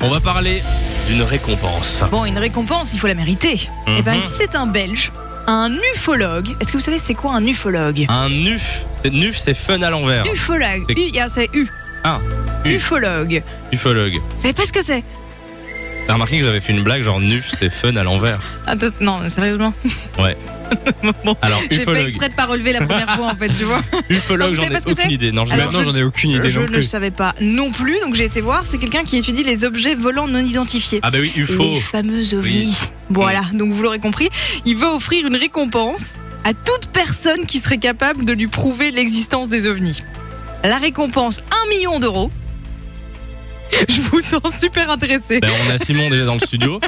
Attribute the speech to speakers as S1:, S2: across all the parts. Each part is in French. S1: On va parler d'une récompense.
S2: Bon, une récompense, il faut la mériter. Eh ben,
S1: Mhm.
S2: c'est un Belge, un ufologue. Est-ce que vous savez c'est quoi un ufologue
S1: Un nuf. C'est nuf, c'est fun à l'envers.
S2: Ufologue.
S1: C'est-
S2: U, ah, c'est U.
S1: Ah, U.
S2: Ufologue.
S1: Ufologue.
S2: Vous savez pas ce que c'est
S1: T'as remarqué que j'avais fait une blague genre nuf, c'est fun à l'envers.
S2: Attends, non, mais sérieusement.
S1: Ouais.
S2: bon,
S1: Alors
S2: j'ai fait
S1: ufologue.
S2: exprès de pas relever la première fois, en fait, tu vois.
S1: Ufologue,
S2: vous
S1: j'en
S2: savez
S1: ai
S2: pas ce que
S1: aucune
S2: c'est
S1: idée. Non, je-
S2: Alors,
S1: maintenant
S2: je-
S1: j'en ai aucune idée
S2: Je
S1: non
S2: ne le
S1: plus.
S2: savais pas non plus, donc j'ai été voir. C'est quelqu'un qui étudie les objets volants non identifiés.
S1: Ah bah oui, UFO.
S2: Les fameux ovnis.
S1: Oui.
S2: Voilà, donc vous l'aurez compris, il veut offrir une récompense à toute personne qui serait capable de lui prouver l'existence des ovnis. La récompense, 1 million d'euros. Je vous sens super intéressé.
S1: Ben, on a Simon déjà dans le studio.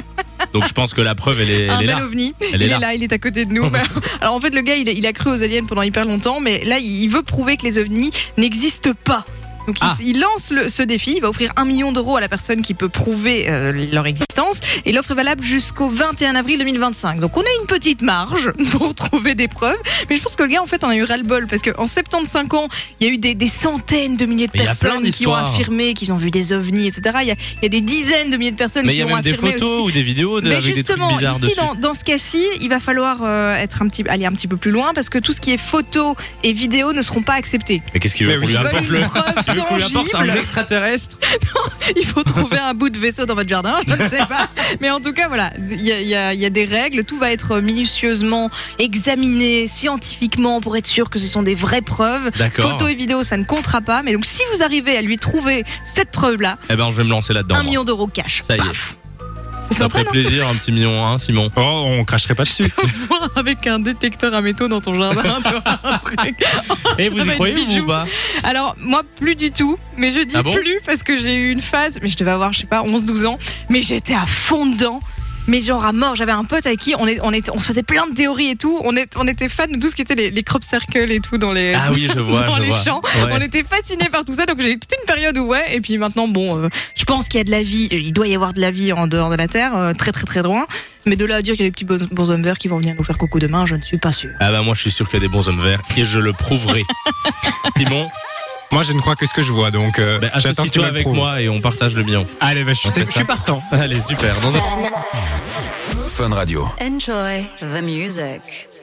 S1: Donc je pense que la preuve elle est, elle
S2: un
S1: est
S2: bel
S1: là.
S2: ovni.
S1: Elle est
S2: il
S1: là.
S2: est là, il est à côté de nous. Ben, Alors en fait, le gars, il, il a cru aux aliens pendant hyper longtemps, mais là, il veut prouver que les ovnis n'existent pas. Donc il-
S1: Ah.
S2: il, lance le- ce défi, il va offrir un million d'euros à la personne qui peut prouver euh, leur existence, et l'offre est valable jusqu'au 21 avril 2025. Donc on a une petite marge pour trouver des preuves, mais je pense que le gars en fait en a eu ras-le-bol, parce qu'en 75 ans, il y a eu des, des centaines de milliers de
S1: Mais il y a plein
S2: personnes qui ont
S1: d'histoires.
S2: affirmé qu'ils ont vu des ovnis, etc. Il y a, il y a des dizaines de milliers de personnes
S1: Mais il
S2: qui
S1: y a
S2: ont
S1: même des
S2: affirmé
S1: photos
S2: aussi
S1: ou des vidéos de,
S2: mais
S1: avec des trucs
S2: justement,
S1: bizarres
S2: ici
S1: dessus.
S2: dans, dans ce cas-ci, il va falloir euh, être un petit, aller un petit peu plus loin parce que tout ce qui est photo et vidéo ne seront pas acceptés.
S1: Mais qu'est-ce qu'il veut qu'on
S3: Mais oui,
S1: lui
S3: ils
S2: veulent
S1: apporte
S2: une
S1: le-
S2: preuve
S1: Tu veux qu'on lui apporte un
S2: tangible.
S1: extraterrestre
S2: Il faut trouver un bout de vaisseau dans votre jardin, je ne sais pas. Mais en tout cas, voilà, il y a, il y a- il y a des règles. Tout va être minutieusement examiné scientifiquement pour être sûr que ce sont des vraies preuves.
S1: D'accord.
S2: Photo et vidéo, ça ne comptera pas. Mais donc, si vous arrivez à lui trouver cette preuve-là,
S1: Eh ben je vais me lancer là-dedans.
S2: un
S1: moi.
S2: million d'euros cash.
S1: Ça y est.
S2: Paf. C'est
S1: Ça
S2: sympa,
S1: ferait
S2: non
S1: plaisir un petit million, hein, Simon.
S3: Oh, on cracherait pas dessus.
S2: Voir avec un détecteur à métaux dans ton jardin, tu vois, un truc.
S1: Et vous
S2: va
S1: y
S2: être
S1: croyez vous,
S2: bijou.
S1: ou pas
S2: Alors, moi, plus du tout, mais je dis
S1: Ah bon
S2: plus parce que j'ai eu une phase, mais je devais avoir, je sais pas, 11-12 ans, mais j'étais à fond dedans. Mais genre à mort, j'avais un pote avec qui on, est, on, est, on se faisait plein de théories et tout. On, est, on était fan de tout ce qui était les, les crop circles et tout dans les,
S1: Ah oui, je vois,
S2: dans
S1: je
S2: les
S1: vois.
S2: champs.
S1: Ouais.
S2: On était fascinés par tout ça, donc j'ai eu toute une période où ouais. Et puis maintenant, bon, euh, je pense qu'il y a de la vie. Il doit y avoir de la vie en dehors de la Terre, euh, très très très loin. Mais de là à dire qu'il y a des petits bon- bonshommes verts qui vont venir nous faire coucou demain, je ne suis pas sûre.
S1: Ah bah moi je suis sûr qu'il y a des bons hommes verts et je le prouverai. Simon,
S3: Moi, je ne crois que ce que je vois, donc euh,
S1: bah,
S3: j'attends que tu
S1: associe-toi
S3: me le
S1: avec
S3: prouves.
S1: moi et on partage le million.
S3: Allez, bah, je,
S1: On
S3: suis-
S1: fait
S3: je suis
S1: ça.
S3: partant.
S1: Allez super. Dans un-
S4: Fun Radio.
S5: Enjoy the music.